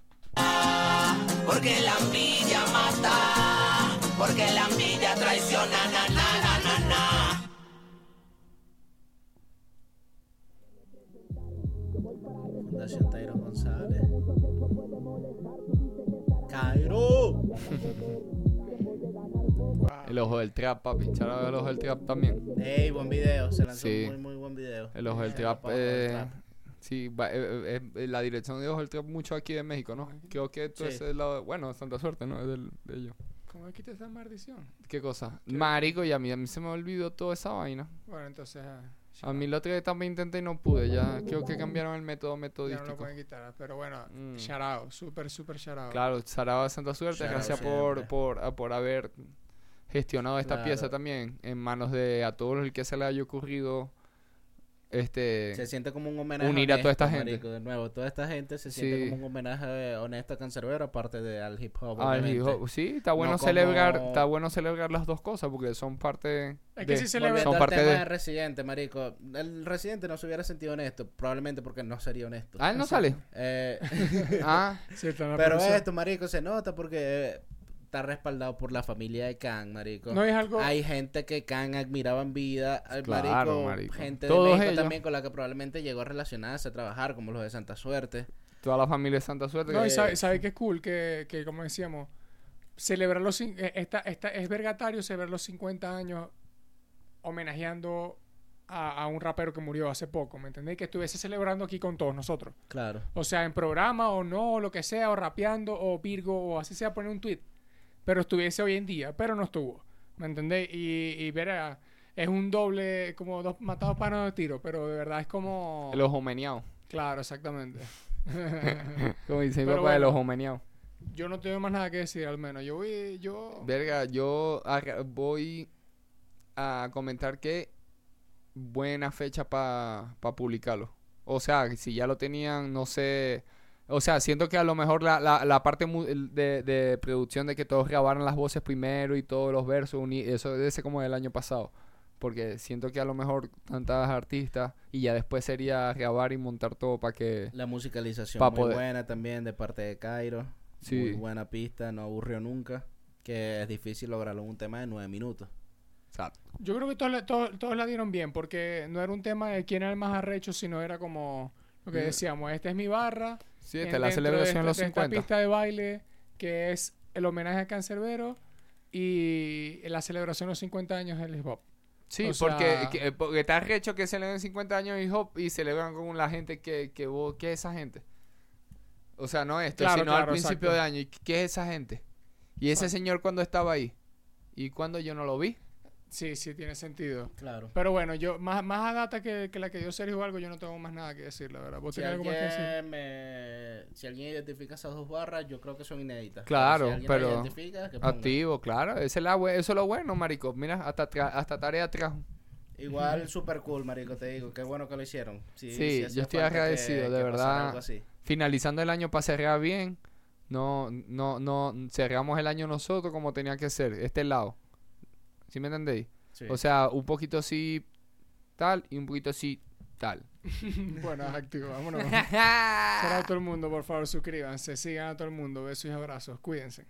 Porque la envidia mata, porque la envidia traiciona, na, na, na, na, na. Fundación Tairo González. ¡Cairo! Ah. El ojo del trap, papi. Chara el ojo del trap también. Ey, buen video. Se lanzó Sí. un muy, muy buen video. El ojo del Eh, trap. Ojo del eh, Trap. sí, va- eh, eh, eh, la dirección de ojo del trap mucho aquí de México, ¿no? Creo que tú Sí. es el lado. Bueno, Santa Suerte, ¿no? Es del, de ellos. ¿Cómo es que te esa maldición? ¿Qué cosa? Marico, y a mí, a mí se me olvidó toda esa vaina. Bueno, entonces. ah, A mí la otra vez también intenté y no pude. Ya creo que cambiaron el método Ya no lo metodístico. pueden quitar, pero bueno, Mm. shout out, súper, súper shout out. Claro, Saraba Santa Suerte, Claro, gracias siempre. por, por, a- por haber gestionado esta Claro. pieza también en manos de a todos los que se le haya ocurrido este Se siente como un homenaje. Unir a toda esta honesto, gente. marico, de nuevo, toda esta gente se siente Sí. como un homenaje honesto a Cancerbero, aparte de al hip hop. al obviamente. hip hop. Sí, está bueno No celebrar, como- está bueno celebrar las dos cosas porque son parte Es que de- sí se le ve. Volviendo Son al parte tema de- de... Residente, marico. El Residente no se hubiera sentido honesto, probablemente porque no sería honesto. Ah, él no sale. <laughs> Eh, Ah, Sí, está en la pero producción. esto, marico, se nota porque eh, está respaldado por la familia de Khan, marico. No es algo. Hay gente que Khan admiraba en vida, al Claro, marico, marico. gente Todos de México ellos. también con la que probablemente llegó a relacionarse, a trabajar, como los de Santa Suerte. toda la familia de Santa Suerte. No, y que- sabe, sabe que es cool que, que, como decíamos, celebrar los. cin- eh, Esta, esta, es vergatario celebrar los 50 años homenajeando a, a un rapero que murió hace poco, ¿me entendéis? Que estuviese celebrando aquí con todos nosotros. Claro. O sea, en programa o no, o lo que sea, o rapeando, o Virgo, o así sea, poner un tweet. Pero estuviese hoy en día, pero no estuvo. ¿Me entendéis? Y, y ver a- Es un doble, como dos matados para dos tiros, pero de verdad es como. los homenajeados. Claro, exactamente. <laughs> Como dice mi Pero papá, bueno. los homenajeados. yo no tengo más nada que decir, al menos. Yo voy. Yo. Verga, yo arra- voy a comentar que buena fecha para publicarlo. O sea, si ya lo tenían, no sé. O sea, siento que a lo mejor la, la, la parte mu- el de, de producción de que todos grabaron las voces primero y todos los versos, uni- eso debe ser como del año pasado. Porque siento que a lo mejor tantas artistas y ya después sería grabar y montar todo para que... La musicalización Pa' muy poder- buena también de parte de Cairo. Sí. Muy buena pista, no aburrió nunca. Que es difícil lograrlo en un tema de nueve minutos. Yo creo que todos, la- todos, todos la dieron bien, porque no era un tema de quién era el más arrecho, sino era como lo que Mm. decíamos: esta es mi barra. Sí, en- esta es la dentro de celebración de los esta- de esta 50. pista de baile que es el homenaje a Cancerbero y la celebración de los 50 años del hip hop. Sí, O porque, sea- que- eh, porque está recho que celebren 50 años hip hop y celebran con la gente que, que vos, ¿qué es esa gente? O sea, no esto, Claro, sino al claro, principio exacto. de año. ¿Y qué es esa gente? ¿Y ese señor cuando estaba ahí? ¿Y cuando yo no lo vi? Sí, sí, tiene sentido. Claro. Pero bueno, yo más, más a data que, que la que dio Sergio o algo, yo no tengo más nada que decir, la verdad. ¿Vos Si tenés algo más que decir? alguien, me- si alguien identifica esas dos barras, yo creo que son inéditas. Claro, si alguien pero las identifica, que ponga. Activo, claro. Ese es la bue- eso es lo bueno, marico. Mira, hasta, tra- hasta tarea trajo. Igual super cool, marico, te digo. Qué bueno que lo hicieron. Sí, Sí, hacía yo estoy falta que- agradecido, de que pasara verdad. algo así. Finalizando el año para cerrar bien. No, no, no, cerramos el año nosotros como tenía que ser, este lado. ¿Sí me entendéis? Sí. O sea, un poquito así tal y un poquito así tal. <laughs> bueno, activo, <laughs> vámonos. Será todo el mundo, por favor, suscríbanse, sigan a todo el mundo, besos y abrazos, cuídense.